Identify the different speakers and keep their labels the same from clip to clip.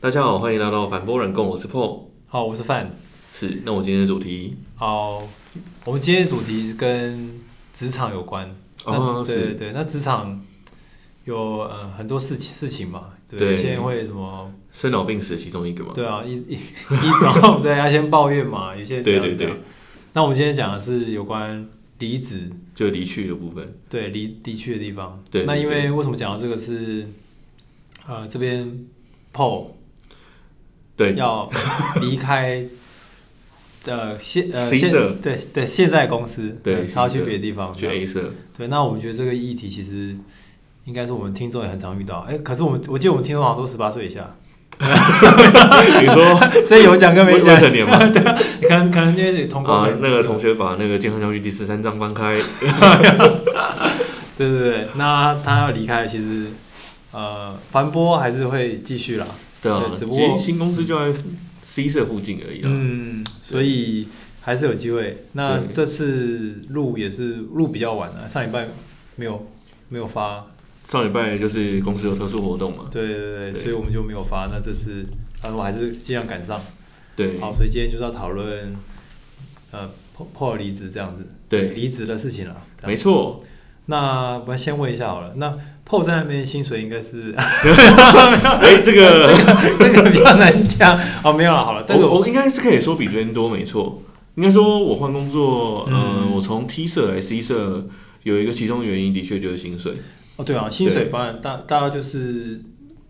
Speaker 1: 大家好，欢迎来到反波人共，我是 Paul。
Speaker 2: 好，我是范。
Speaker 1: 是，那我今天的主题，
Speaker 2: 好，我们今天的主题是跟职场有关。
Speaker 1: 哦
Speaker 2: 那对
Speaker 1: 是
Speaker 2: 对对，那职场有呃很多事情事情嘛，对，
Speaker 1: 对
Speaker 2: 有些人会什么？
Speaker 1: 生老病死的其中一个嘛。
Speaker 2: 对啊，一 一一早对要先抱怨嘛，有些人这样
Speaker 1: 对对对
Speaker 2: 这样。那我们今天讲的是有关离职，
Speaker 1: 就离去的部分。
Speaker 2: 对离离去的地方。
Speaker 1: 对对
Speaker 2: 那因为为什么讲到这个是，呃，这边 PO
Speaker 1: 对，
Speaker 2: 要离开呃现呃
Speaker 1: 新
Speaker 2: 现
Speaker 1: 社
Speaker 2: 对对现在公司，
Speaker 1: 对新
Speaker 2: 他要去
Speaker 1: 社
Speaker 2: 别的地方
Speaker 1: 去
Speaker 2: 这样
Speaker 1: A 社。
Speaker 2: 对，那我们觉得这个议题其实应该是我们听众也很常遇到。哎、可是我们我记得我们听众好像都十八岁 以下，
Speaker 1: 你说
Speaker 2: 所以有讲跟没
Speaker 1: 未
Speaker 2: 讲
Speaker 1: 未，成年 吗？
Speaker 2: 可能可能因为通过、
Speaker 1: 啊，那个同学把那个健康教育第十三章翻开。
Speaker 2: 对对对，那他要离开，其实呃，凡波还是会继续啦。
Speaker 1: 对啊，
Speaker 2: 对只
Speaker 1: 其
Speaker 2: 不过
Speaker 1: 实新公司就在 C 社附近而已啦。
Speaker 2: 嗯，所以还是有机会。那
Speaker 1: 对
Speaker 2: 这次录也是录比较晚了、上礼拜没有没有发，
Speaker 1: 上礼拜就是公司有特殊活动嘛。
Speaker 2: 对对对，
Speaker 1: 对
Speaker 2: 所以我们就没有发。那这次反正我还是尽量赶上。
Speaker 1: 对
Speaker 2: 好，所以今天就是要讨论呃破破离职这样子，
Speaker 1: 对，
Speaker 2: 离职的事情了。这样
Speaker 1: 没 错。
Speaker 2: 那我先问一下好了，那破在那边薪水应该是
Speaker 1: 哎，这 个
Speaker 2: 这个比较难讲哦，没有了，好了，但是
Speaker 1: 我
Speaker 2: 我
Speaker 1: 我应该是可以说比昨天多，没错。应该说我换工作，呃，
Speaker 2: 嗯
Speaker 1: 我从 T 社来 C 社，有一个其中原因的确就是薪水。
Speaker 2: 哦对啊，薪水当然大大概就是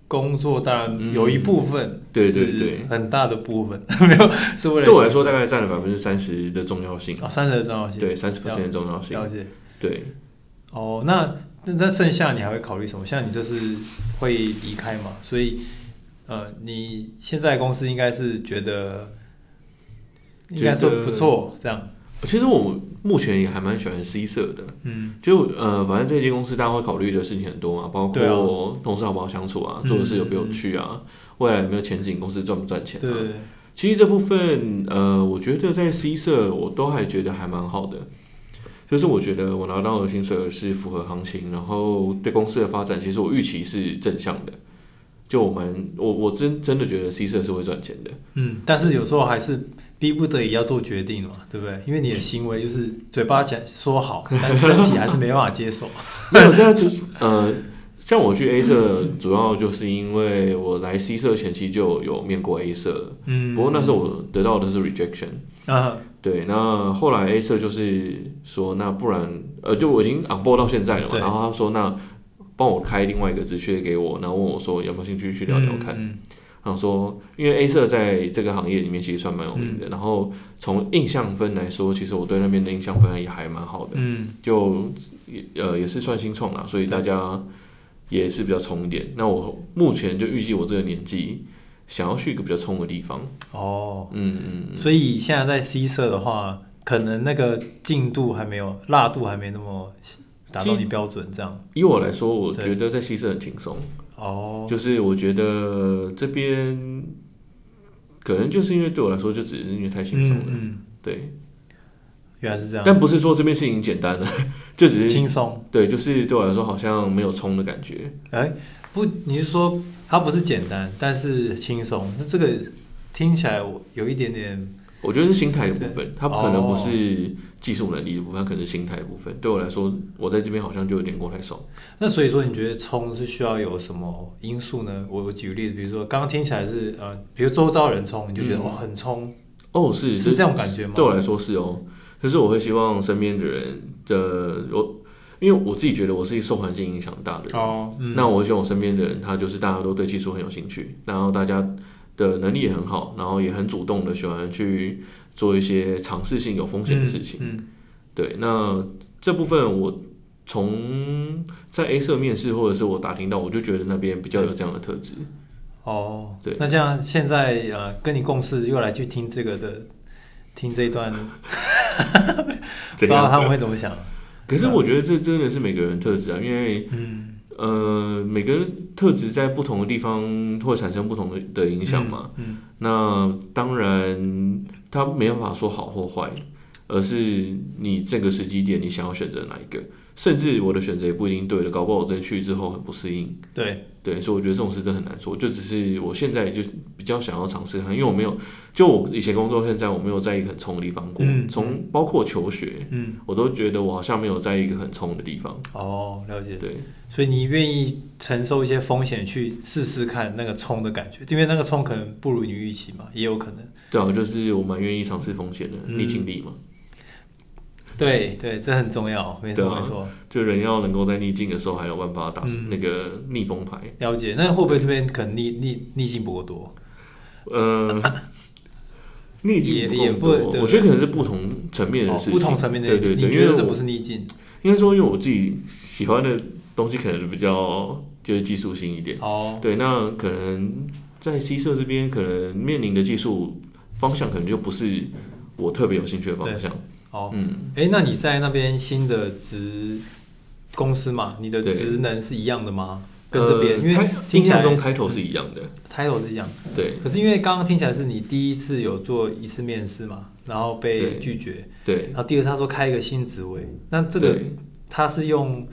Speaker 2: 工作，当然
Speaker 1: 嗯
Speaker 2: 有一部分
Speaker 1: 对对对，
Speaker 2: 很大的部分 没有是为了
Speaker 1: 对我来说，大概占了百分之三十的重要性，
Speaker 2: 啊三十的重要性，
Speaker 1: 对三十 percent 的重要性
Speaker 2: 了，解
Speaker 1: 对，
Speaker 2: 哦，那那那剩下你还会考虑什么？像你就是会离开嘛，所以呃，你现在公司应该是觉得应该说不错，这样，
Speaker 1: 其实我目前也还蛮喜欢 C 社的，
Speaker 2: 嗯
Speaker 1: 就呃，反正这间公司大家会考虑的事情很多嘛，包
Speaker 2: 对啊
Speaker 1: 括同事好不好相处啊，
Speaker 2: 嗯
Speaker 1: 做的事有没有趣啊，未来有没有前景，公司赚不赚钱
Speaker 2: 对
Speaker 1: 啊。其实这部分呃，我觉得在 C 社我都还觉得还蛮好的，就是我觉得我拿到的薪水是符合行情，然后对公司的发展，其实我预期是正向的。就我们，我我真真的觉得 C 社是会赚钱的。
Speaker 2: 嗯，但是有时候还是逼不得已要做决定嘛，对不对？因为你的行为就是嘴巴讲 说好，但身体还是没办法接受。
Speaker 1: 没有，这样就是呃，像我去 A 社，主要就是因为我来 C 社前期就有面过 A 社了，
Speaker 2: 嗯，
Speaker 1: 不过那时候我得到的是 rejection。
Speaker 2: 啊，
Speaker 1: 对，那后来 A 社就是说，那不然呃，就我已经 on board 到现在了嘛，
Speaker 2: 对
Speaker 1: 然后他说那帮我开另外一个职缺给我，然后问我说有没有兴趣去聊聊看。
Speaker 2: 嗯，
Speaker 1: 然后说，因为 A 社在这个行业里面其实算蛮有名
Speaker 2: 嗯
Speaker 1: 的，然后从印象分来说，其实我对那边的印象分也还蛮好的。
Speaker 2: 嗯
Speaker 1: 就也呃也是算新创啦，所以大家也是比较冲一点。那我目前就预计我这个年纪想要去一个比较冲的地方，
Speaker 2: 嗯，哦，
Speaker 1: 嗯嗯，
Speaker 2: 所以现在在 C 社的话，可能那个进度还没有，辣度还没那么达到你标准，这样。
Speaker 1: 以我来说，我
Speaker 2: 对
Speaker 1: 觉得在西社很轻松，
Speaker 2: 哦，
Speaker 1: 就是我觉得这边可能就是因为对我来说，就只是因为太轻松了，
Speaker 2: 嗯，嗯
Speaker 1: 对。
Speaker 2: 原来是这样，哦
Speaker 1: 但不是说这边事情简单了， 就只是
Speaker 2: 轻松。
Speaker 1: 对，就是对我来说好像没有冲的感觉，
Speaker 2: 哎，不，你是说它不是简单，但是轻松？那这个听起来我有一点点，
Speaker 1: 我觉得是心态的部分，它可能
Speaker 2: 哦
Speaker 1: 不是技术能力的部分，它可能是心态的部分。对我来说，我在这边好像就有点过太爽。
Speaker 2: 那所以说你觉得冲是需要有什么因素呢？我我举个例子，比如说刚刚听起来是呃，比如周遭人冲，你就觉得
Speaker 1: 嗯
Speaker 2: 哇、很冲，
Speaker 1: 哦，是
Speaker 2: 是这样感觉
Speaker 1: 这
Speaker 2: 吗？
Speaker 1: 对我来说是哦，就是我会希望身边的人的我，因为我自己觉得我是受环境影响很大的人，
Speaker 2: 哦，嗯，
Speaker 1: 那我会希望我身边的人他就是大家都对技术很有兴趣，然后大家的能力也很好，然后也很主动的喜欢去做一些尝试性有风险的事情。
Speaker 2: 嗯，嗯
Speaker 1: 对，那这部分我从在 A 社面试或者是我打听到，我就觉得那边比较有这样的特质。
Speaker 2: 哦，
Speaker 1: 对
Speaker 2: 那这样现在呃，跟你共事又来去听这个的，听这一 段，不知道他们会怎么想。
Speaker 1: 可是我觉得这真的是每个人的特质啊，因为
Speaker 2: 嗯，
Speaker 1: 呃，每个人特质在不同的地方会产生不同的的影响嘛。
Speaker 2: 嗯，
Speaker 1: 那当然，他没办法说好或坏，而是你这个时机点你想要选择哪一个。甚至我的选择也不一定对的，搞不好我真的去之后很不适应。
Speaker 2: 对，
Speaker 1: 对，所以我觉得这种事真的很难说。就只是我现在就比较想要尝试看，因为我没有，就我以前工作，现在我没有在一个很冲的地方过
Speaker 2: 嗯。
Speaker 1: 从、包括求学，
Speaker 2: 嗯，
Speaker 1: 我都觉得我好像没有在一个很冲的地方。
Speaker 2: 哦，了解。
Speaker 1: 对，
Speaker 2: 所以你愿意承受一些风险去试试看那个冲的感觉，因为那个冲可能不如你预期嘛，也有可能。
Speaker 1: 对啊，就是我蛮愿意尝试风险的，
Speaker 2: 嗯
Speaker 1: 逆境力嘛，
Speaker 2: 对对，这很重要，没错、
Speaker 1: 对啊
Speaker 2: 没错。
Speaker 1: 就人要能够在逆境的时候还有办法打
Speaker 2: 嗯
Speaker 1: 那个逆风牌。
Speaker 2: 了解，那会不会这边可能逆逆逆境不够多？
Speaker 1: 呃，逆境
Speaker 2: 也也
Speaker 1: 不够
Speaker 2: 不对
Speaker 1: 多，我觉得可能是不同层面的
Speaker 2: 哦
Speaker 1: 事情，，
Speaker 2: 不同层面的，
Speaker 1: 对对对，
Speaker 2: 你觉
Speaker 1: 因
Speaker 2: 得
Speaker 1: 为
Speaker 2: 这
Speaker 1: 我
Speaker 2: 不是逆境？
Speaker 1: 应该说，因为我自己喜欢的东西可能比较就是技术性一点。
Speaker 2: 哦，
Speaker 1: 对，那可能在 C 社这边，可能面临的技术方向可能就不是我特别有兴趣的方向。
Speaker 2: 哦，
Speaker 1: 嗯，
Speaker 2: 哎，那你在那边新的职公司嘛，你的
Speaker 1: 对
Speaker 2: 职能是一样的吗？跟这边，
Speaker 1: 呃
Speaker 2: 因为
Speaker 1: 开
Speaker 2: 听
Speaker 1: 印
Speaker 2: 起来
Speaker 1: 象中开头是一样的。
Speaker 2: title 是一样，
Speaker 1: 对
Speaker 2: 可是因为刚刚听起来是你第一次有做一次面试嘛，然后被
Speaker 1: 对
Speaker 2: 拒绝，
Speaker 1: 对
Speaker 2: 然后第二，他说开一个新职位，那这个
Speaker 1: 对
Speaker 2: 他是用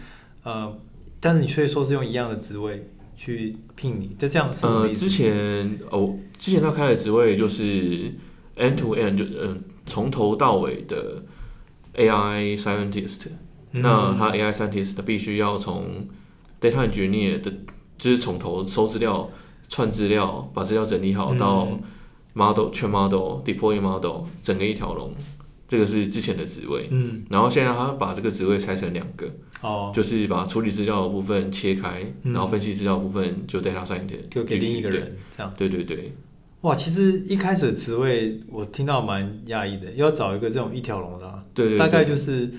Speaker 2: 呃，但是你却说是用一样的职位去聘你，这这样是什么
Speaker 1: 呃，
Speaker 2: 意
Speaker 1: 之
Speaker 2: 思？
Speaker 1: 前哦，之前他开的职位就是 end to end，就嗯、从头到尾的 AI scientist。
Speaker 2: 嗯
Speaker 1: 那他 AI scientist 必须要从 data engineer 的，就是从头收资料、串资料、把资料整理好，
Speaker 2: 嗯
Speaker 1: 到 model 全 model、deploy model，整个一条龙。这个是之前的职位，
Speaker 2: 嗯
Speaker 1: 然后现在他把这个职位拆成两个，
Speaker 2: 哦，
Speaker 1: 就是把处理资料的部分切开，
Speaker 2: 嗯
Speaker 1: 然后分析资料的部分就 data scientist
Speaker 2: 就给
Speaker 1: 继
Speaker 2: 另
Speaker 1: 续
Speaker 2: 一个
Speaker 1: 对。
Speaker 2: 人这样。
Speaker 1: 对对对，
Speaker 2: 哇，其实一开始的职位我听到蛮讶异的，要找一个这种一条龙的、啊，
Speaker 1: 对对，
Speaker 2: 大概
Speaker 1: 对
Speaker 2: 就是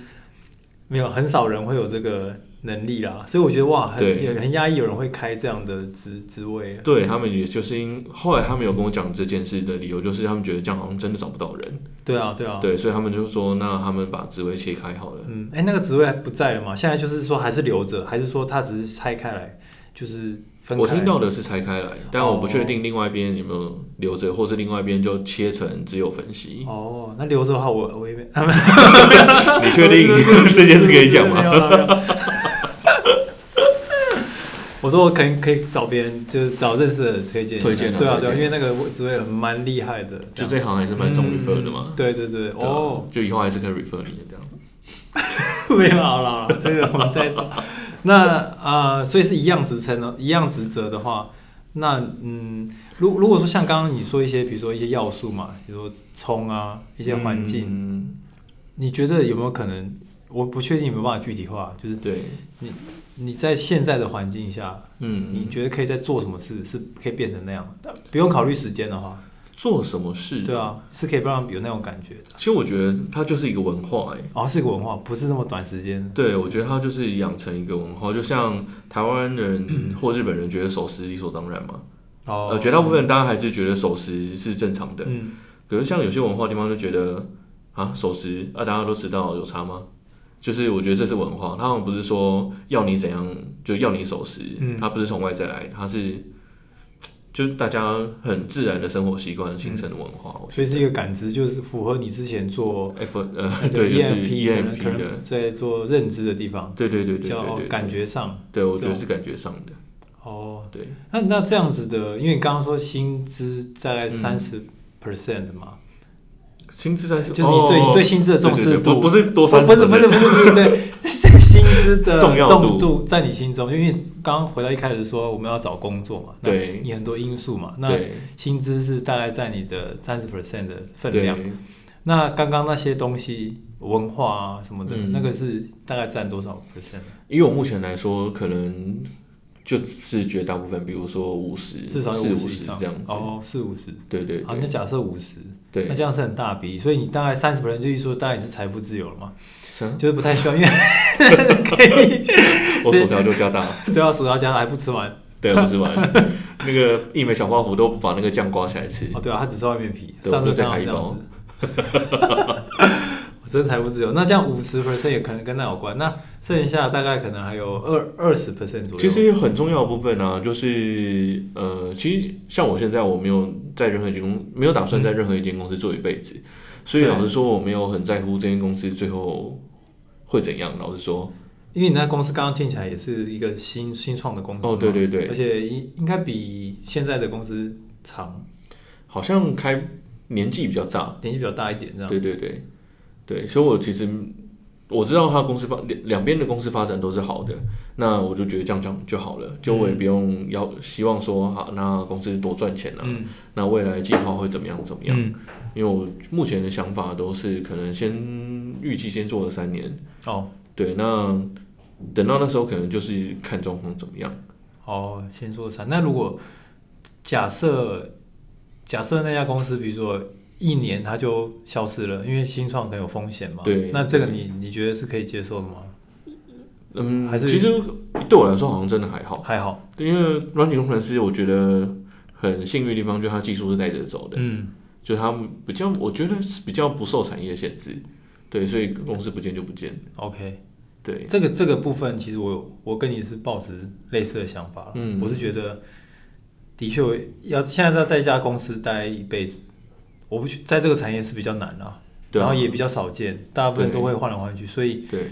Speaker 2: 没有很少人会有这个能力啦，所以我觉得哇，很
Speaker 1: 对
Speaker 2: 也很压抑，有人会开这样的职职位。
Speaker 1: 对他们也就是因后来他们有跟我讲这件事的理由，就是他们觉得这样好像真的找不到人，
Speaker 2: 对啊，对啊，
Speaker 1: 对，所以他们就说那他们把职位切开好了。
Speaker 2: 嗯，哎、那个职位还不在了嘛？现在就是说还是留着，还是说他只是拆开来，就是分开？
Speaker 1: 我听到的是拆开来，但我不确定另外一边有没有留着，或是另外一边就切成只有分析。
Speaker 2: 哦，那留着的话我，我也没
Speaker 1: 你确定 这件事可以讲
Speaker 2: 没
Speaker 1: 吗？
Speaker 2: 有啦没有啦 我说我可能可以找别人，就是找认识的推荐一下
Speaker 1: 推荐啊
Speaker 2: 对啊对
Speaker 1: 推
Speaker 2: 啊，
Speaker 1: 荐
Speaker 2: 因为那个职位很蛮厉害的，
Speaker 1: 就
Speaker 2: 这样
Speaker 1: 这行还是蛮重 refer 的嘛
Speaker 2: 嗯。对对
Speaker 1: 对
Speaker 2: 对，
Speaker 1: 啊
Speaker 2: 哦，，
Speaker 1: 就以后还是可以 refer 你的这样。
Speaker 2: 没有啦好啦好啦，这个我们再说。那啊、呃所以是一样职称呢，一样职责的话，那嗯，如如果说像刚刚你说一些，比如说一些要素嘛，比如说冲啊，一些环境，
Speaker 1: 嗯，
Speaker 2: 你觉得有没有可能？我不确定有没有办法具体化，就是
Speaker 1: 对，
Speaker 2: 你在现在的环境下，你
Speaker 1: 嗯，
Speaker 2: 觉得可以在做什么事是可以变成那样的？不用考虑时间的话，
Speaker 1: 做什么事？
Speaker 2: 对，啊，是可以让有那种感觉的。
Speaker 1: 其实我觉得它就是一个文化，哎，
Speaker 2: 哦，是一个文化，不是那么短时间。
Speaker 1: 对，我觉得它就是养成一个文化，就像台湾人或日本人觉得守时理所当然嘛。
Speaker 2: 嗯哦，
Speaker 1: 呃，绝大部分大家还是觉得守时是正常的，
Speaker 2: 嗯，
Speaker 1: 可是像有些文化地方就觉得啊，守时啊，大家都知道有差吗？就是我觉得这是文化，他好像不是说要你怎样，就要你守时，
Speaker 2: 嗯
Speaker 1: 他不是从外在来，他是就是大家很自然的生活习惯形成的文化。我觉
Speaker 2: 所以是一个感知，就是符合你之前 做 E
Speaker 1: 得 F 呃
Speaker 2: 那个
Speaker 1: 对，就是
Speaker 2: EFP 可能
Speaker 1: EMP
Speaker 2: 可
Speaker 1: 的，
Speaker 2: 能在做认知的地方，
Speaker 1: 对对对
Speaker 2: 比
Speaker 1: 对
Speaker 2: 较
Speaker 1: 对
Speaker 2: 感
Speaker 1: 对，
Speaker 2: 觉上。
Speaker 1: 对我觉得是感觉上的，
Speaker 2: 哦，
Speaker 1: 对，
Speaker 2: 那那这样子的，因为你刚刚说薪资大
Speaker 1: 嗯
Speaker 2: 概三十 percent 嘛，
Speaker 1: 薪资在哦
Speaker 2: 就是你对你对薪资的重视
Speaker 1: 不
Speaker 2: 度
Speaker 1: 不是多
Speaker 2: 不
Speaker 1: 三
Speaker 2: 不是不是不是不是对，是薪 资的
Speaker 1: 重要
Speaker 2: 重
Speaker 1: 度
Speaker 2: 度在你心中，因为刚刚回到一开始说我们要找工作嘛，那
Speaker 1: 对
Speaker 2: 你很多因素嘛，那
Speaker 1: 对
Speaker 2: 薪资是大概在你的三十 percent 的分
Speaker 1: 对
Speaker 2: 量。那刚刚那些东西，文化啊什么的，
Speaker 1: 嗯
Speaker 2: 那个是大概占多少 percent？
Speaker 1: 以我目前来说，可能就是绝大部分，比如说五十，
Speaker 2: 至少有
Speaker 1: 四
Speaker 2: 十
Speaker 1: 五
Speaker 2: 以
Speaker 1: 十
Speaker 2: 上
Speaker 1: 这样子。
Speaker 2: 哦，四五十。
Speaker 1: 对对
Speaker 2: 好，
Speaker 1: 对
Speaker 2: 那假设五十，那
Speaker 1: 对，
Speaker 2: 这样是很大笔，所以你大概三十 percent 就是说，大概你是财富自由了嘛，
Speaker 1: 三
Speaker 2: 就是不太需要，因为 可以啊
Speaker 1: 我薯条就加大，
Speaker 2: 都要薯条加还不吃完。
Speaker 1: 对，我吃完 那个一枚小泡芙都把那个酱刮起来吃。
Speaker 2: 哦，对啊，他只吃外面皮，
Speaker 1: 对
Speaker 2: 上次
Speaker 1: 我就
Speaker 2: 看
Speaker 1: 再开
Speaker 2: 到这
Speaker 1: 一
Speaker 2: 样
Speaker 1: 包
Speaker 2: 子。 我真的财富自由，那这样五十 percent 也可能跟那有关，那剩下大概可能还有二二十 percent 左右。
Speaker 1: 其实很重要的部分呢、就是呃，其实像我现在我没有在任何一间公，没有打算在任何一间公司做一辈子，所以
Speaker 2: 对
Speaker 1: 老实说，我没有很在乎这间公司最后会怎样。老实说，
Speaker 2: 因为你那公司刚刚听起来也是一个新新创的公司嘛，
Speaker 1: 哦对对对
Speaker 2: 而且应应该比现在的公司长，
Speaker 1: 好像开年纪比较大，
Speaker 2: 年纪比较大一点这样。
Speaker 1: 对对对对，所以我其实我知道他公司发两两边的公司发展都是好的，那我就觉得这样讲就好了，就
Speaker 2: 嗯
Speaker 1: 我也不用要希望说好，那公司多赚钱啊，
Speaker 2: 嗯
Speaker 1: 那未来计划会怎么样怎么样？
Speaker 2: 嗯，
Speaker 1: 因为我目前的想法都是可能先预计先做了三年，
Speaker 2: 哦
Speaker 1: 对，那等到那时候可能就是看状况怎么样。
Speaker 2: 哦，先说三。那如果假设假设那家公司，比如说一年它就消失了，因为新创很有风险嘛，
Speaker 1: 对
Speaker 2: 那这个你你觉得是可以接受的吗？
Speaker 1: 嗯，
Speaker 2: 还是
Speaker 1: 其实对我来说好像真的还好，
Speaker 2: 还好，
Speaker 1: 对因为软体工程师我觉得很幸运的地方就是它技术是带着走的，
Speaker 2: 嗯，
Speaker 1: 就它比较我觉得是比较不受产业限制，对，所以公司不见就不见，
Speaker 2: ，OK。
Speaker 1: 对，
Speaker 2: 这个这个部分，其实我有我跟你是抱持类似的想法啦
Speaker 1: 嗯
Speaker 2: 我是觉得，的确要现在要在一家公司待一辈子，我不去在这个产业是比较难啦、
Speaker 1: 对啊
Speaker 2: 然后也比较少见，大部分
Speaker 1: 对
Speaker 2: 都会换来换去，所以
Speaker 1: 对，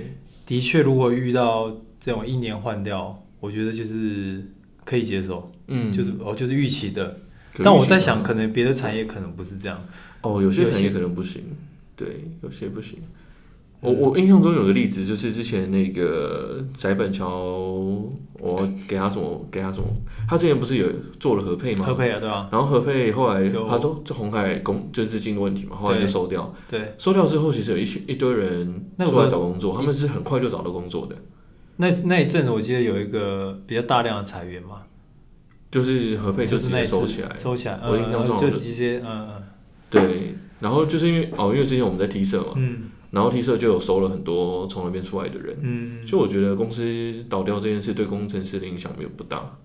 Speaker 2: 的确如果遇到这种一年换掉，我觉得就是可以接受，
Speaker 1: 嗯，
Speaker 2: 就是哦就是预期的。
Speaker 1: 可
Speaker 2: 但
Speaker 1: 预
Speaker 2: 我
Speaker 1: 期
Speaker 2: 在
Speaker 1: 的
Speaker 2: 想，可能别的产业可能不是这样。
Speaker 1: 哦，有些
Speaker 2: 有
Speaker 1: 产
Speaker 2: 些
Speaker 1: 业可能不行，对，有些不行。我
Speaker 2: 嗯
Speaker 1: 我印象中有个例子，就是之前那个翟本桥，我给他什么给他什么，他之前不是有做了合配吗？
Speaker 2: 合，配啊，对吧、
Speaker 1: 然后合配后来
Speaker 2: 有
Speaker 1: 他都这红海公就是资金的问题嘛，后来就
Speaker 2: 对
Speaker 1: 收掉。
Speaker 2: 对，
Speaker 1: 收掉之后，其实有一群一堆人
Speaker 2: 那
Speaker 1: 出来
Speaker 2: 我
Speaker 1: 找工作，他们是很快就找到工作的，
Speaker 2: 那那一阵子我记得有一个比较大量的裁员嘛，
Speaker 1: 就是合配
Speaker 2: 就
Speaker 1: 直
Speaker 2: 是那
Speaker 1: 接
Speaker 2: 一次
Speaker 1: 收起来。
Speaker 2: 收起来，
Speaker 1: 我印象
Speaker 2: 嗯，然
Speaker 1: 中
Speaker 2: 后
Speaker 1: 好
Speaker 2: 就
Speaker 1: 像
Speaker 2: 直接嗯
Speaker 1: 对，然后就是因为哦，因为之前我们在 T 社嘛，
Speaker 2: 嗯
Speaker 1: 然后 T 社就有收了很多从那边出来的人。
Speaker 2: 嗯，
Speaker 1: 就我觉得公司倒掉这件事对工程师的影响没有不大，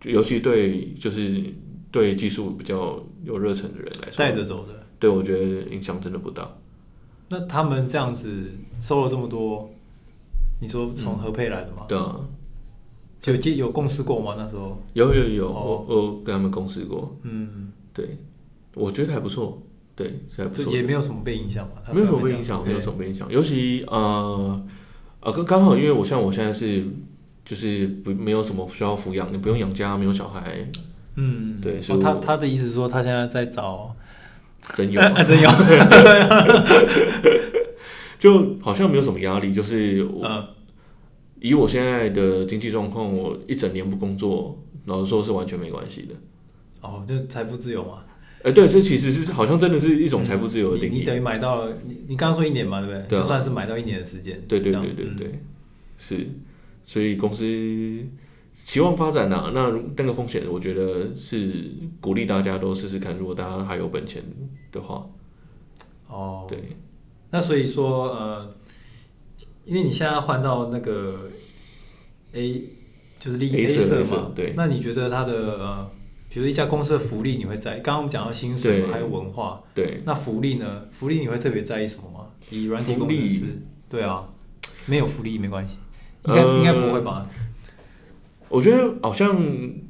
Speaker 1: 就尤其对就是对技术比较有热忱的人来说，
Speaker 2: 带着走的。
Speaker 1: 对我觉得影响真的不大。
Speaker 2: 那他们这样子收了这么多，你说
Speaker 1: 嗯
Speaker 2: 从合配来的吗？
Speaker 1: 对啊，
Speaker 2: 就有有共识过吗？那时候，
Speaker 1: 有有有，
Speaker 2: 哦
Speaker 1: 我我跟他们共事过，
Speaker 2: 嗯，
Speaker 1: 对，我觉得还不错，对，是还不
Speaker 2: 就
Speaker 1: 错的，
Speaker 2: 也啊没有什么被影响嘛，他
Speaker 1: 没有
Speaker 2: 们
Speaker 1: 什么
Speaker 2: 跟
Speaker 1: 被
Speaker 2: 他
Speaker 1: 影
Speaker 2: 们
Speaker 1: 响，
Speaker 2: 讲
Speaker 1: 没有什么被影响，尤其呃呃刚刚好，因为我像我现在是就是不没有什么需要抚养，你不用养家，没有小孩，
Speaker 2: 嗯，
Speaker 1: 对所以
Speaker 2: 哦、他
Speaker 1: 我
Speaker 2: 他的意思是说，他现在在找，
Speaker 1: 真 有、
Speaker 2: 啊真有，
Speaker 1: 就好像没有什么压力，就是我
Speaker 2: 嗯，
Speaker 1: 以我现在的经济状况，我一整年不工作，老实说是完全没关系的。
Speaker 2: 哦，就财富自由嘛，
Speaker 1: 哎、对，这其实是好像真的是一种财富自由的
Speaker 2: 你
Speaker 1: 定
Speaker 2: 你
Speaker 1: 义。
Speaker 2: 等于买到了，你你刚刚说一年嘛，对不对？
Speaker 1: 对啊
Speaker 2: 就算是买到一年的时间，
Speaker 1: 对对
Speaker 2: 这样
Speaker 1: 对对
Speaker 2: 嗯
Speaker 1: 对，是，所以公司期望发展啊，那如那个风险，我觉得是鼓励大家都试试看。如果大家还有本钱的话，
Speaker 2: 哦，
Speaker 1: 对，
Speaker 2: 那所以说，呃，因为你现在换到那个 A，就是
Speaker 1: A
Speaker 2: A
Speaker 1: 色
Speaker 2: 色
Speaker 1: A 色
Speaker 2: 嘛，
Speaker 1: 对
Speaker 2: 那你觉得它的呃，比如一家公司的福利，你会在意？刚刚我们讲到薪水嘛
Speaker 1: 对
Speaker 2: 还有文化，
Speaker 1: 对，
Speaker 2: 那福利呢？福利你会特别在意什么吗？以软体工
Speaker 1: 福
Speaker 2: 程
Speaker 1: 利
Speaker 2: 师，对啊，没有福利没关系，应该、
Speaker 1: 呃
Speaker 2: 应该不会吧？
Speaker 1: 我觉得好像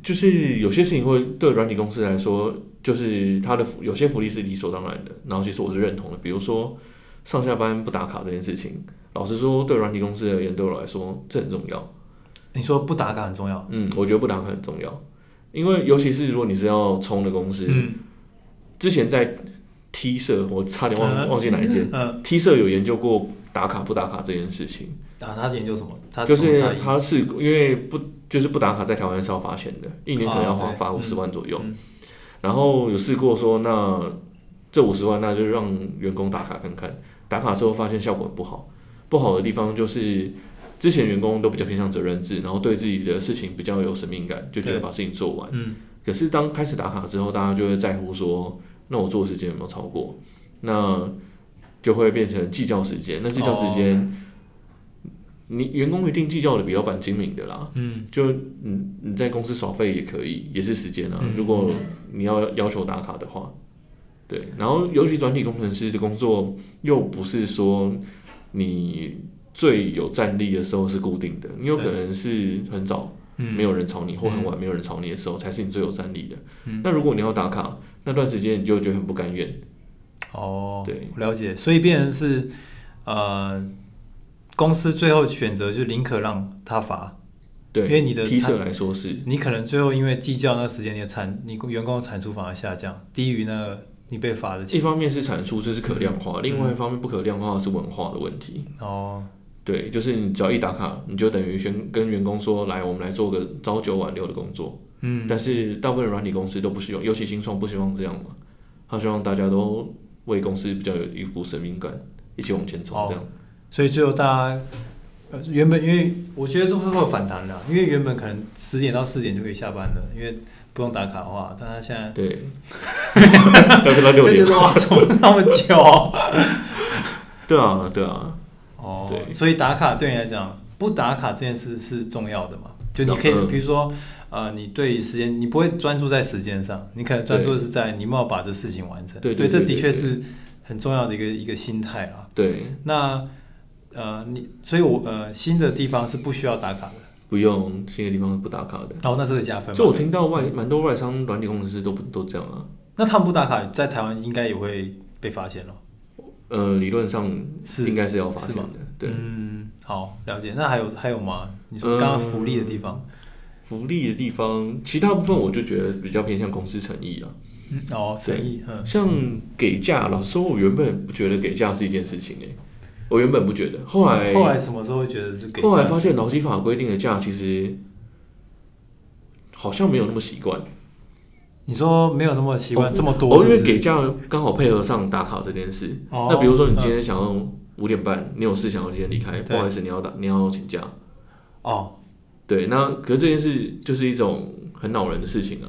Speaker 1: 就是有些事情会对软体公司来说，就是它的福有些福利是理所当然的，然后其实我是认同的。比如说上下班不打卡这件事情，老实说，对软体公司而言，对我来说这很重要。
Speaker 2: 你说不打卡很重要，
Speaker 1: 嗯，我觉得不打卡很重要，因为尤其是如果你是要冲的公司，
Speaker 2: 嗯
Speaker 1: 之前在 T 社，我差点忘
Speaker 2: 嗯
Speaker 1: 忘记哪一间
Speaker 2: 嗯，啊，
Speaker 1: T 社有研究过打卡不打卡这件事情。
Speaker 2: 啊他研究什么？他
Speaker 1: 就
Speaker 2: 什么
Speaker 1: 是
Speaker 2: 差异
Speaker 1: 他是因为不就是不打卡，在台湾是要罚钱的，一年可能要花
Speaker 2: 哦对
Speaker 1: 罚
Speaker 2: 嗯
Speaker 1: 五十万左右。
Speaker 2: 嗯
Speaker 1: 然后有试过说，那这五十万那就让员工打卡看看，打卡之后发现效果不好，不好的地方就是之前员工都比较偏向责任制，然后对自己的事情比较有使命感，就觉得
Speaker 2: 对
Speaker 1: 把事情做完。
Speaker 2: 嗯
Speaker 1: 可是当开始打卡之后，大家就会在乎说，那我做的时间有没有超过？那就会变成计较时间。那计较时间，
Speaker 2: 哦
Speaker 1: 你员工一定计较的比老板精明的啦。
Speaker 2: 嗯，
Speaker 1: 就你你在公司耍废也可以，也是时间啊。
Speaker 2: 嗯
Speaker 1: 如果你要要求打卡的话，对。然后尤其转体工程师的工作，又不是说你最有战力的时候是固定的，你有可
Speaker 2: 对
Speaker 1: 能是很早
Speaker 2: 嗯
Speaker 1: 没有人吵你，或很晚没有人吵你的时候，才是你最有战力的。
Speaker 2: 嗯
Speaker 1: 那如果你要打卡，那段时间你就觉得很不甘愿。
Speaker 2: 哦，
Speaker 1: 对
Speaker 2: 我了解，所以变成是呃，公司最后选择就是宁可让他罚，
Speaker 1: 对，
Speaker 2: 因为你的
Speaker 1: 批
Speaker 2: 产
Speaker 1: 测来说是
Speaker 2: 你可能最后因为计较那个时间，你的产你员工的产出反而下降，低于那个你被罚的钱。嗯
Speaker 1: 一方面是产出，这是可量化；，另外一方面不可量化的是文化的问题。
Speaker 2: 哦，
Speaker 1: 对，就是你只要一打卡，你就等于宣跟员工说，来，我们来做个朝九晚六的工作。
Speaker 2: 嗯，
Speaker 1: 但是大部分软体公司都不希望，尤其新创不希望这样嘛，他希望大家都为公司比较有一股使命感，一起往前冲这样。
Speaker 2: 所以最后大家呃原本因为我觉得这会会有反弹的，因为原本可能十点到四点就可以下班了，因为不用打卡的话，但他现在
Speaker 1: 对， 要不到六
Speaker 2: 就觉
Speaker 1: 点。
Speaker 2: 得哇，怎么那 么久？
Speaker 1: 对啊，对啊，
Speaker 2: 哦，
Speaker 1: 对
Speaker 2: 所以打卡对你来讲，不打卡这件事是重要的嘛？就你可以，
Speaker 1: 嗯
Speaker 2: 比如说，呃，你对于时间，你不会专注在时间上，你可能专注的是在你有没有把这事情完成。
Speaker 1: 对
Speaker 2: 对
Speaker 1: 对
Speaker 2: 这
Speaker 1: 对
Speaker 2: 的
Speaker 1: 对
Speaker 2: 确
Speaker 1: 对
Speaker 2: 是很重要的一个一个心态啊。
Speaker 1: 对，
Speaker 2: 那呃，你，所以我呃，新的地方是不需要打卡的，哦
Speaker 1: 不用新的地方不打卡的。
Speaker 2: 然后那是个加分嘛。
Speaker 1: 就我听到外蛮多外商软体公司都不都这样啊。
Speaker 2: 那他们不打卡，在台湾应该也会被发现了。
Speaker 1: 呃，理论上
Speaker 2: 是
Speaker 1: 应该是要发
Speaker 2: 是
Speaker 1: 现
Speaker 2: 吗
Speaker 1: 的。对，
Speaker 2: 嗯，好，了解。那还有还有吗？你
Speaker 1: 嗯
Speaker 2: 说刚刚福利的地方，
Speaker 1: 福利的地方，其他部分我就觉得比较偏向公司诚意啊。
Speaker 2: 嗯，哦，诚
Speaker 1: 对
Speaker 2: 意，嗯，
Speaker 1: 像给价，老实说，我原本不觉得给价是一件事情诶、欸我原本不觉得，后来
Speaker 2: 后来什么时候会觉得是给？
Speaker 1: 后来发现劳基法规定的假其实好像没有那么习惯，
Speaker 2: 你说没有那么习惯、这么多
Speaker 1: 哦，
Speaker 2: 是
Speaker 1: 因
Speaker 2: 不是，
Speaker 1: 为给假刚好配合上打卡这件事。
Speaker 2: 哦
Speaker 1: 那比如说你今
Speaker 2: 嗯
Speaker 1: 天想要五点半，你有事想要今天离开，不
Speaker 2: 对
Speaker 1: 好意思，你要打你要请假。
Speaker 2: 哦，
Speaker 1: 对，那可是这件事就是一种很恼人的事情啊。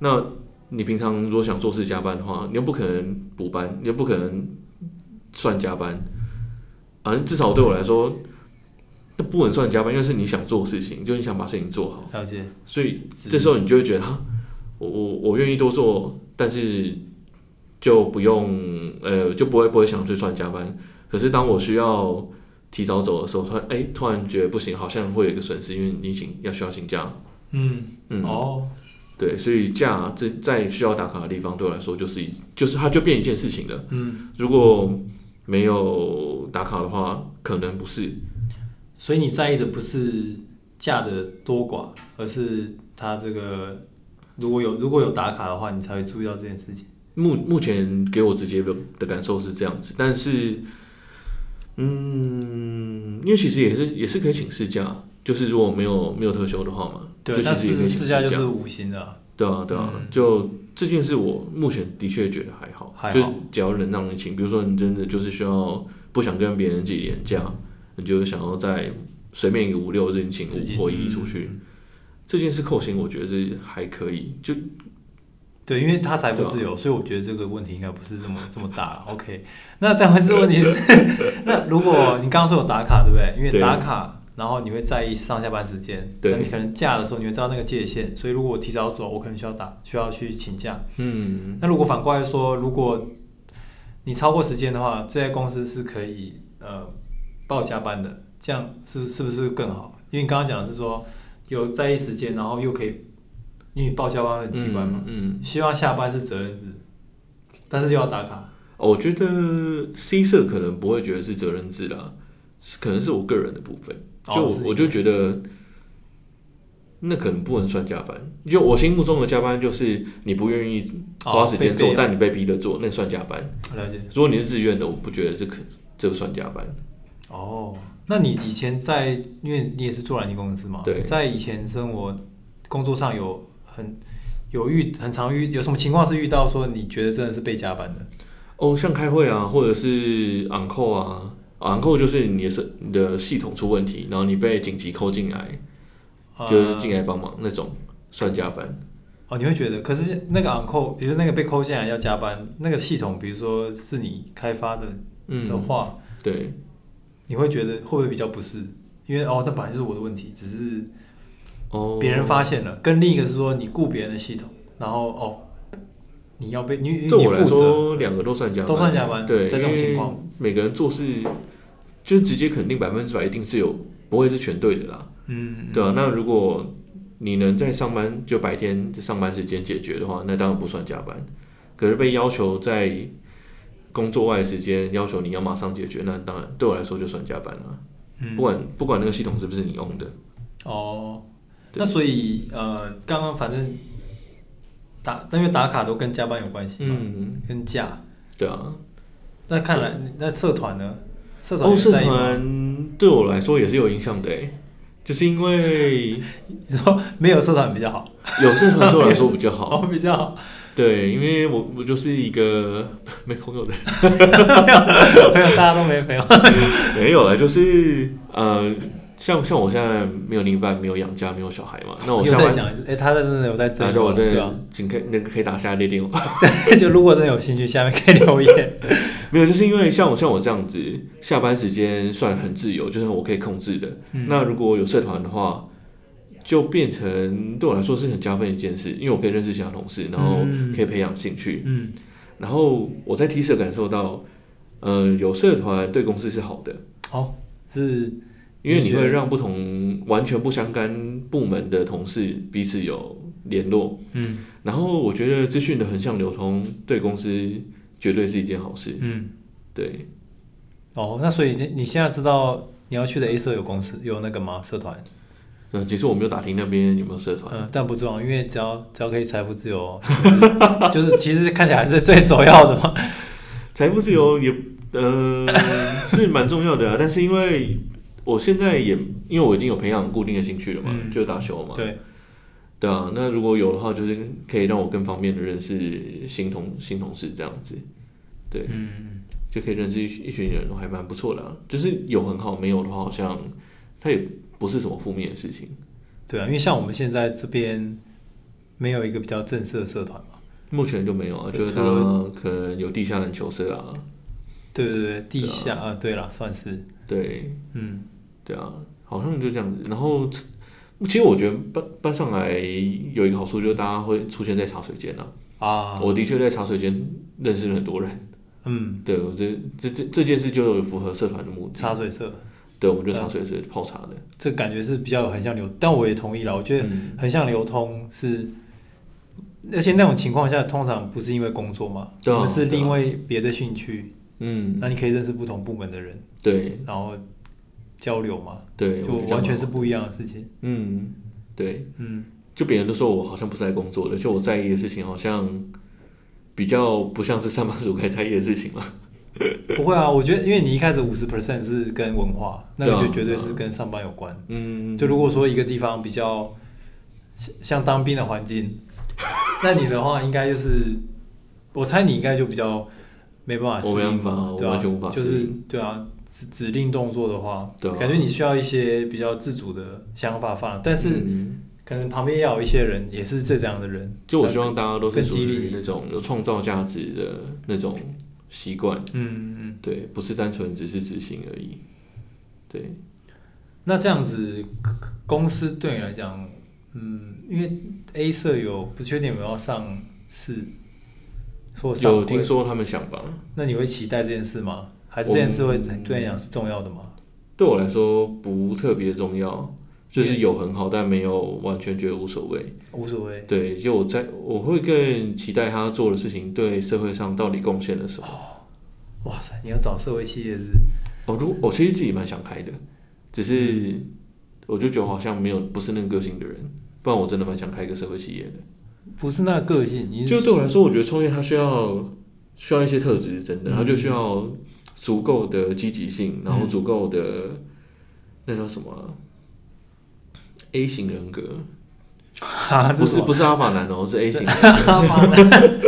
Speaker 1: 那你平常如果想做事加班的话，你又不可能补班，你又不可能算加班啊。至少对我来说，那不能算加班，因为是你想做的事情，就是你想把事情做好。
Speaker 2: 了解，
Speaker 1: 所以
Speaker 2: 是
Speaker 1: 这时候你就会觉得，哈，我我我愿意多做，但是就不用呃，就不会不会想去算加班。可是当我需要提早走的时候，突然哎、突然觉得不行，好像会有一个损失，因为你请要需要请假。
Speaker 2: 嗯，
Speaker 1: 嗯，
Speaker 2: 哦，
Speaker 1: 对，所以假这在需要打卡的地方，对我来说就是一就是它就变一件事情了。
Speaker 2: 嗯，
Speaker 1: 如果没有打卡的话，可能不是
Speaker 2: 所以你在意的不是价的多寡，而是它这个如果有如果有打卡的话，你才会注意到这件事情。
Speaker 1: 目目前给我直接的的感受是这样子，但是，嗯，因为其实也是也是可以请事假，就是如果没有没有特休的话嘛，
Speaker 2: 对，
Speaker 1: 就
Speaker 2: 但
Speaker 1: 其实也可以
Speaker 2: 是
Speaker 1: 请
Speaker 2: 试
Speaker 1: 事
Speaker 2: 驾就是无形的啊、
Speaker 1: 对啊对啊，
Speaker 2: 嗯
Speaker 1: 就这件事我目前的确觉得还好，
Speaker 2: 还好
Speaker 1: 就是只要能让你请，比如说你真的就是需要不想跟别人挤廉价，你就想要在随便一个五六日你请
Speaker 2: 自己嗯
Speaker 1: 五或一出去，这件事扣薪我觉得是还可以，就
Speaker 2: 对，因为它财
Speaker 1: 啊
Speaker 2: 富自由，所以我觉得这个问题应该不是这么这么大了。OK，那但是问题是， 那如果你刚刚说有打卡，对不对？因为
Speaker 1: 对
Speaker 2: 打卡，然后你会在意上下班时间，
Speaker 1: 对
Speaker 2: 那你可能假的时候你会知道那个界限，所以如果我提早走，我可能需要打需要去请假。
Speaker 1: 嗯，
Speaker 2: 那如果反过来说，如果你超过时间的话，这些公司是可以呃报加班的，这样是不是不是更好？因为你刚刚讲的是说有在意时间，然后又可以，因为你报加班很奇怪嘛。
Speaker 1: 嗯，嗯
Speaker 2: 希望下班是责任制，但是又要打卡。
Speaker 1: 哦我觉得 C 社可能不会觉得是责任制啦，是可能是我个人的部分，
Speaker 2: 哦
Speaker 1: 就我、
Speaker 2: 是你
Speaker 1: 我就觉得那可能不能算加班。就我心目中的加班就是你不愿意花时间做，
Speaker 2: 哦被逼啊
Speaker 1: 但你被逼的做，那算加班。
Speaker 2: 了解。
Speaker 1: 如果你是自愿的，我不觉得这可这不算加班。
Speaker 2: 哦，那你以前在，因为你也是做软件公司嘛，
Speaker 1: 对
Speaker 2: 在以前生活工作上有很有遇很常遇有什么情况是遇到说你觉得真的是被加班的？
Speaker 1: 哦，像开会啊，或者是 on call 啊，on call 就是你的是你的系统出问题，然后你被紧急扣进来，就是进
Speaker 2: 呃、
Speaker 1: 来帮忙那种算加班。
Speaker 2: 哦，你会觉得，可是那个 on call，比如说那个被扣进来要加班，那个系统，比如说是你开发的
Speaker 1: 嗯，
Speaker 2: 的话，
Speaker 1: 对。
Speaker 2: 你会觉得会不会比较不适？因为哦，那本来就是我的问题，只是
Speaker 1: 哦，
Speaker 2: 别人发现了，跟另一个是说你雇别人的系统，然后哦，你要被你你
Speaker 1: 对
Speaker 2: 你
Speaker 1: 我来
Speaker 2: 负责，
Speaker 1: 说，两个都算加班，
Speaker 2: 都算加班
Speaker 1: 对，
Speaker 2: 在这种情况，
Speaker 1: 每个人做事就直接肯定百分之百一定是有，不会是全对的啦，
Speaker 2: 嗯，
Speaker 1: 对啊，那如果你能在上班就白天上班时间解决的话，那当然不算加班。可是被要求在工作外时间要求你要马上解决，那当然对我来说就算加班了。
Speaker 2: 嗯
Speaker 1: 不管不管那个系统是不是你用的，
Speaker 2: 哦，
Speaker 1: 对
Speaker 2: 那所以呃，刚刚反正打，但因为打卡都跟加班有关系嘛，
Speaker 1: 嗯，
Speaker 2: 跟假。
Speaker 1: 对啊。
Speaker 2: 那看来那社团呢？社团
Speaker 1: 哦，
Speaker 2: 有
Speaker 1: 社
Speaker 2: 在意吗？
Speaker 1: 团对我来说也是有影响的诶，就是因为
Speaker 2: 你说没有社团比较好，
Speaker 1: 有社团对我来说比较 好，
Speaker 2: 哦，比较好，
Speaker 1: 对，因为我我就是一个 没朋友的人，
Speaker 2: 没有大家都没朋友。
Speaker 1: 没有了，就是呃，像像我现在没有另一半，没有养家，没有小孩嘛，那我
Speaker 2: 又
Speaker 1: 下
Speaker 2: 再
Speaker 1: 班。
Speaker 2: 讲一次，哎、他这真的有在
Speaker 1: 啊，
Speaker 2: 整
Speaker 1: 对，
Speaker 2: 哦，
Speaker 1: 我真
Speaker 2: 对
Speaker 1: 的
Speaker 2: 啊，
Speaker 1: 请可以那个可以打下列电话，
Speaker 2: 就如果真的有兴趣，下面可以留言。
Speaker 1: 没有，就是因为像我像我这样子，下班时间算很自由，就是我可以控制的。
Speaker 2: 嗯
Speaker 1: 那如果有社团的话，就变成对我来说是很加分的一件事，因为我可以认识其他同事，然后
Speaker 2: 嗯
Speaker 1: 可以培养兴趣。
Speaker 2: 嗯，
Speaker 1: 然后我在 T 社感受到，呃，有社团对公司是好的，
Speaker 2: 哦，是
Speaker 1: 因为
Speaker 2: 你
Speaker 1: 你
Speaker 2: 觉得
Speaker 1: 会让不同完全不相干部门的同事彼此有联络。
Speaker 2: 嗯
Speaker 1: 然后我觉得资讯的横向流通对公司绝对是一件好事。
Speaker 2: 嗯，
Speaker 1: 对，
Speaker 2: 哦，那所以你你现在知道你要去的 A 社有公司有那个吗？社团？
Speaker 1: 嗯，其实我没有打听那边有没有社团。
Speaker 2: 嗯，但不重要，因为只要只要可以财富自由，哦就是就是其实看起来还是最首要 的嘛。
Speaker 1: 财富自由也，呃， 是蛮重要的啊。但是因为我现在也，因为我已经有培养固定的兴趣了嘛，
Speaker 2: 嗯
Speaker 1: 就打球嘛。
Speaker 2: 对，
Speaker 1: 对啊，那如果有的话，就是可以让我更方便的认识新同新同事这样子，对
Speaker 2: 嗯，
Speaker 1: 就可以认识一群一群人，还蛮不错的、啊。就是有很好，没有的话，好像它也不是什么负面的事情。
Speaker 2: 对啊，因为像我们现在这边没有一个比较正式的社团嘛，
Speaker 1: 目前就没有啊，
Speaker 2: 对
Speaker 1: 就是
Speaker 2: 除了
Speaker 1: 它可能有地下篮球社啊，
Speaker 2: 对对对，地下啊，对啦，算是，
Speaker 1: 对
Speaker 2: 嗯
Speaker 1: 对啊，好像就这样子。然后，其实我觉得搬搬上来有一个好处就是大家会出现在茶水间啊。
Speaker 2: 啊，
Speaker 1: 我的确在茶水间认识了很多人，
Speaker 2: 嗯，
Speaker 1: 对我这这这这件事就有符合社团的目的。
Speaker 2: 茶水社
Speaker 1: 对，我们就茶水是泡茶的。
Speaker 2: 这感觉是比较有横向流，但我也同意啦，我觉得
Speaker 1: 嗯
Speaker 2: 横向流通是，而且那种情况下通常不是因为工作嘛，
Speaker 1: 对啊
Speaker 2: 我们是
Speaker 1: 对啊
Speaker 2: 因为别的兴趣，
Speaker 1: 嗯，
Speaker 2: 那你可以认识不同部门的人，
Speaker 1: 对
Speaker 2: 然后交流嘛。
Speaker 1: 对，
Speaker 2: 就
Speaker 1: 我觉得这样
Speaker 2: 完全
Speaker 1: 蛮
Speaker 2: 是不一样的事情。
Speaker 1: 好嗯，对，
Speaker 2: 嗯，
Speaker 1: 就别人都说我好像不是在工作的，就我在意的事情好像比较不像是上班族该在意的事情了。
Speaker 2: 不会啊，我觉得因为你一开始五十 percent 是跟文化，那
Speaker 1: 对
Speaker 2: 个
Speaker 1: 啊
Speaker 2: 就绝对是跟上班有关。
Speaker 1: 嗯，
Speaker 2: 就如果说一个地方比较像像当兵的 环境，那你的话应该就是，我猜你应该就比较没办法适
Speaker 1: 我没
Speaker 2: 应
Speaker 1: 办法
Speaker 2: 嘛，对
Speaker 1: 我
Speaker 2: 吧、
Speaker 1: 完全无法
Speaker 2: 就
Speaker 1: 适
Speaker 2: 是
Speaker 1: 应
Speaker 2: 对啊，指指令动作的话，
Speaker 1: 对啊
Speaker 2: 感觉你需要一些比较自主的想法放，但是
Speaker 1: 嗯
Speaker 2: 可能旁边要有一些人也是这样的人，
Speaker 1: 就我希望大家都是
Speaker 2: 呃更
Speaker 1: 属
Speaker 2: 激励
Speaker 1: 于
Speaker 2: 你
Speaker 1: 那种有创造价值的那种习惯，
Speaker 2: 嗯嗯。
Speaker 1: 对，不是单纯只是执行而已。对，
Speaker 2: 那这样子，公司对你来讲，嗯，因为 A 社有不确定有没有要上市，说上
Speaker 1: 有
Speaker 2: 柜
Speaker 1: 听，说他们想吧？
Speaker 2: 那你会期待这件事吗？还是这件事会对你来讲是重要的吗？
Speaker 1: 对我来说不特别重要，就是有很好，但没有完全觉得无所谓。
Speaker 2: 无所谓，
Speaker 1: 对，就我在我会更期待他做的事情对社会上到底贡献了什么。
Speaker 2: 哇塞，你要找社会企业是
Speaker 1: 哦，如我其实自己蛮想开的，只是
Speaker 2: 嗯
Speaker 1: 我就觉得我好像没有不是那个个性的人，不然我真的蛮想开一个社会企业的。
Speaker 2: 不是那个个性？你
Speaker 1: 就对 我来说，我觉得创业它需要需要一些特质，是真的，
Speaker 2: 嗯
Speaker 1: 它就需要足够的积极性，然后
Speaker 2: 嗯
Speaker 1: 足够的那叫什么啊、A 型人格，
Speaker 2: 哈，
Speaker 1: 不是
Speaker 2: 啊这
Speaker 1: 不是阿法男哦，是 A 型人格。
Speaker 2: 什么 妈的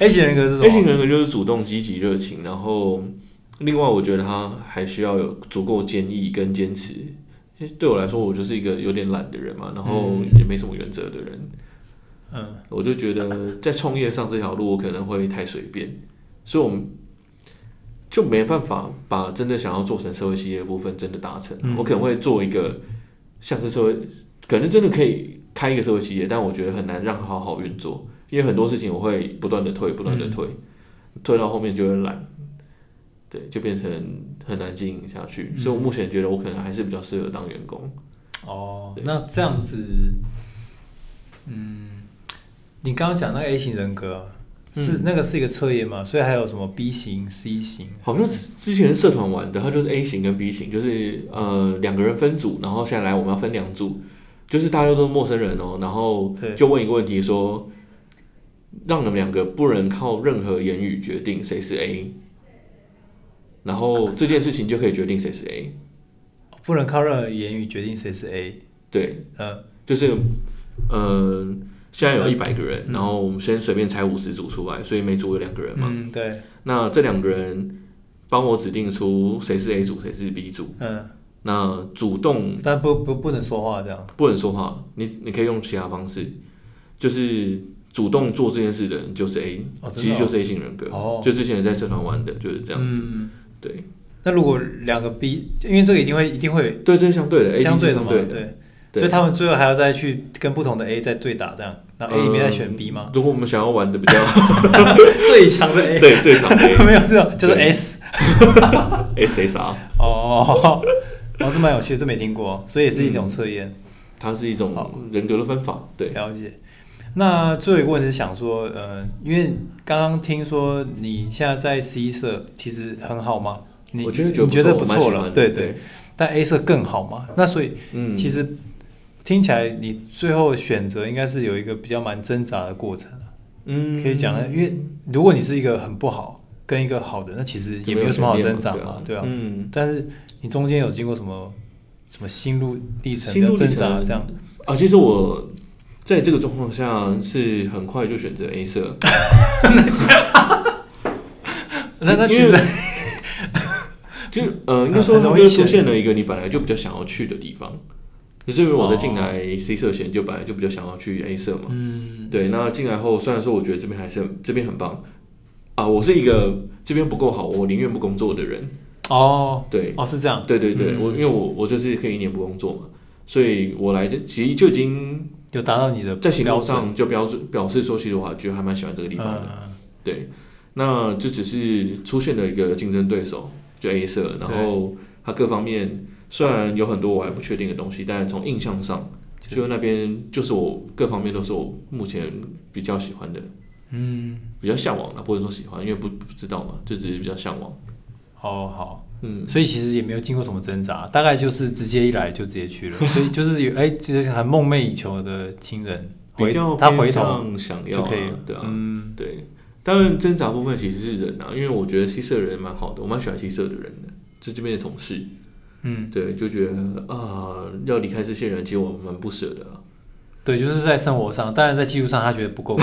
Speaker 2: A 型人格是什么
Speaker 1: A 型人格就是主动、积极、热情，然后另外我觉得他还需要有足够坚毅跟坚持。因为对我来说，我就是一个有点懒的人嘛，然后也没什么原则的人，
Speaker 2: 嗯，
Speaker 1: 我就觉得在创业上这条路，我可能会太随便，所以我们就没办法把真的想要做成社会企业的部分真的达成啊。
Speaker 2: 嗯
Speaker 1: 我可能会做一个像是社会，可能真的可以开一个社会企业，但我觉得很难让它好好运作，因为很多事情我会不断的退，不断的退，退到后面就会懒，对，就变成很难经营下去。
Speaker 2: 嗯
Speaker 1: 所以我目前觉得我可能还是比较适合当员工。
Speaker 2: 哦，
Speaker 1: 对
Speaker 2: 那这样子，嗯，你刚刚讲那个 A 型人格啊、是那个是一个测验嘛，所以还有什么 B 型、C 型，
Speaker 1: 好像之之前社团玩的，它就是 A 型跟 B 型，就是呃两个人分组，然后下来我们要分两组，就是大家都是陌生人哦，然后
Speaker 2: 对
Speaker 1: 就问一个问题说，让你们两个不能靠任何言语决定谁是 A，然后这件事情就可以决定谁是 A，
Speaker 2: 不能靠任何言语决定谁是 A。
Speaker 1: 对，
Speaker 2: 呃，
Speaker 1: 就是呃现在有一百个人，
Speaker 2: 嗯
Speaker 1: 然后我们先随便拆五十组出来，所以每组有两个人嘛，
Speaker 2: 嗯，对，
Speaker 1: 那这两个人帮我指定出谁是 A 组，谁是 B 组。
Speaker 2: 嗯，
Speaker 1: 那主动
Speaker 2: 但不不不能说话这样。
Speaker 1: 不能说话，你你可以用其他方式，就是主动做这件事的人就是 A，、
Speaker 2: 哦真的哦
Speaker 1: 其实就是 A 型人格。
Speaker 2: 哦
Speaker 1: 就之前在社团玩的就是这样子。
Speaker 2: 嗯，
Speaker 1: 对
Speaker 2: 那如果两个 B，因为这个一定会一定会
Speaker 1: 对，这是相对的
Speaker 2: 有
Speaker 1: A
Speaker 2: 相
Speaker 1: 对
Speaker 2: 对
Speaker 1: 是相
Speaker 2: 的嘛，
Speaker 1: 对的。
Speaker 2: 对，
Speaker 1: 对
Speaker 2: 所以他们最后还要再去跟不同的 A 再对打这样，然后 A 里面再选 B
Speaker 1: 嗯
Speaker 2: 吗？
Speaker 1: 如果我们想要玩的比 较
Speaker 2: 最强的 A
Speaker 1: 对最强的
Speaker 2: 没有这种，就是
Speaker 1: 对
Speaker 2: S。
Speaker 1: A SSR，
Speaker 2: 哦，哦，这蛮有趣，这没听过，所以也是一种测验，
Speaker 1: 它是一
Speaker 2: 好
Speaker 1: 种人格的分法。嗯对，
Speaker 2: 了解。那最后一个问题是想说，呃，因为刚刚听说你现在在 C 社其实很好吗？你
Speaker 1: 我觉得
Speaker 2: 你觉得
Speaker 1: 不
Speaker 2: 错了，对
Speaker 1: 对
Speaker 2: 对。，但 A 社更好吗？那所以
Speaker 1: 嗯，
Speaker 2: 其实听起来你最后选择应该是有一个比较蛮挣扎的过程啊。
Speaker 1: 嗯
Speaker 2: 可以讲，啊因为如果你是一个很不好跟一个好的，那其实也没有什么好挣扎嘛，对啊。
Speaker 1: 嗯，
Speaker 2: 但是你中间有经过什么什么心路历程
Speaker 1: 心路
Speaker 2: 的
Speaker 1: 历程
Speaker 2: 挣扎？这样
Speaker 1: 啊，其实我在这个状况下是很快就选择 A 社，
Speaker 2: 那那其
Speaker 1: 因
Speaker 2: 实
Speaker 1: 为 就是呃，应该说
Speaker 2: 很
Speaker 1: 它
Speaker 2: 容易
Speaker 1: 就
Speaker 2: 选
Speaker 1: 出现了一个你本来就比较想要去的地方。可是因为我在
Speaker 2: 哦
Speaker 1: 进来 C 社前，就本来就比较想要去 A 社嘛。
Speaker 2: 嗯，
Speaker 1: 对，那进来后，虽然说我觉得这边还是很这边很棒啊，我是一个这边不够好，我宁愿不工作的人。
Speaker 2: 哦
Speaker 1: 对，
Speaker 2: 哦是这样，
Speaker 1: 对对对，
Speaker 2: 嗯
Speaker 1: 我因为我我就是可以一年不工作嘛，所以我来这其实就已经
Speaker 2: 有达到你的
Speaker 1: 在行
Speaker 2: 标
Speaker 1: 动
Speaker 2: 准
Speaker 1: 上就标准表示说，其实我还觉得还蛮喜欢这个地方的。
Speaker 2: 嗯
Speaker 1: 对，那就只是出现了一个竞争对手，就 A 社，然后它各方面虽然有很多我还不确定的东西，但从印象上，
Speaker 2: 就
Speaker 1: 就那边就是我各方面都是我目前比较喜欢的，
Speaker 2: 嗯，
Speaker 1: 比较向往的，不能说喜欢，因为不不知道嘛，就只是比较向往。
Speaker 2: 好好，
Speaker 1: 嗯，
Speaker 2: 所以其实也没有经过什么挣扎，大概就是直接一来就直接去 了，所以就是有哎，就是很梦寐以求的亲人
Speaker 1: 比
Speaker 2: 回
Speaker 1: 较
Speaker 2: 他回
Speaker 1: 偏
Speaker 2: 头
Speaker 1: 向想要、
Speaker 2: 就
Speaker 1: 啊、
Speaker 2: 可以了，
Speaker 1: 对啊，
Speaker 2: 嗯。
Speaker 1: 对。当然，挣扎部分其实是人啊，因为我觉得西社人蛮好的，我蛮喜欢西社的人的，就这边的同事。
Speaker 2: 嗯，
Speaker 1: 对，就觉得啊、要离开这些人，其实我蛮不舍的、 啊。
Speaker 2: 对，就是在生活上，当然在技术上他觉得不够。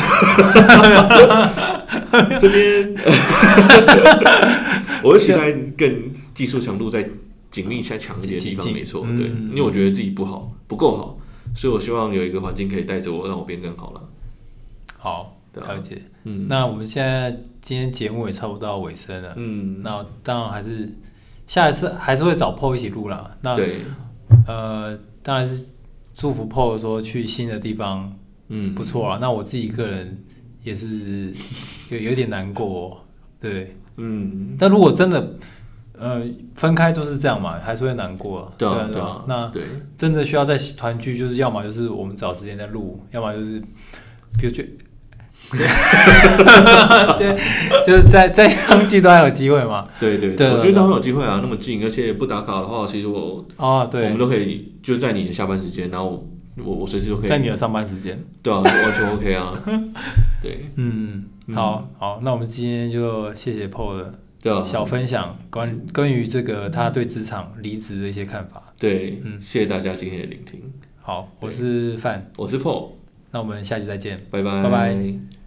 Speaker 1: 这边，我会期待更技术强度再紧密、再强一点的地方，
Speaker 2: 紧
Speaker 1: 没错，
Speaker 2: 嗯
Speaker 1: 对，因为我觉得自己不好，不够好，所以我希望有一个环境可以带着我，让我变更好了。
Speaker 2: 好，
Speaker 1: 对啊
Speaker 2: 了解。
Speaker 1: 嗯
Speaker 2: 那我们现在今天节目也差不多到尾声了，
Speaker 1: 嗯，
Speaker 2: 那当然还是下一次还是会找 PO 一起录啦。那
Speaker 1: 对，
Speaker 2: 呃，当然是祝福 PO 说去新的地方
Speaker 1: 嗯，
Speaker 2: 不错啊。那我自己个人 也是有有点难过哦、对。
Speaker 1: 嗯，
Speaker 2: 但如果真的呃分开就是这样嘛，还是会难过、
Speaker 1: 对啊，对啊，
Speaker 2: 那
Speaker 1: 对，
Speaker 2: 真的需要再团聚，就是要么就是我们找时间再录，要么就是比如就 就 就是在在相聚都还有机会嘛。
Speaker 1: 对对
Speaker 2: 对
Speaker 1: 对，我
Speaker 2: 对
Speaker 1: 觉得
Speaker 2: 对
Speaker 1: 都很有机会啊，那么近，而且不打卡的话，其实我
Speaker 2: 哦，
Speaker 1: 我们
Speaker 2: 对，
Speaker 1: 都可以就在你的下班时间，然后我我我随时都可以
Speaker 2: 在你的上班时间。
Speaker 1: 对啊，完全 OK 啊。对
Speaker 2: 嗯，好好，那我们今天就谢谢 Paul 的
Speaker 1: 对啊，
Speaker 2: 小分享，关关于这个他对职场离职的一些看法。
Speaker 1: 对，
Speaker 2: 嗯
Speaker 1: 谢谢大家今天的聆听，
Speaker 2: 好，我
Speaker 1: 对
Speaker 2: 是范，
Speaker 1: 我是 Paul，
Speaker 2: 那我们下期再见。
Speaker 1: 拜拜，
Speaker 2: 拜拜。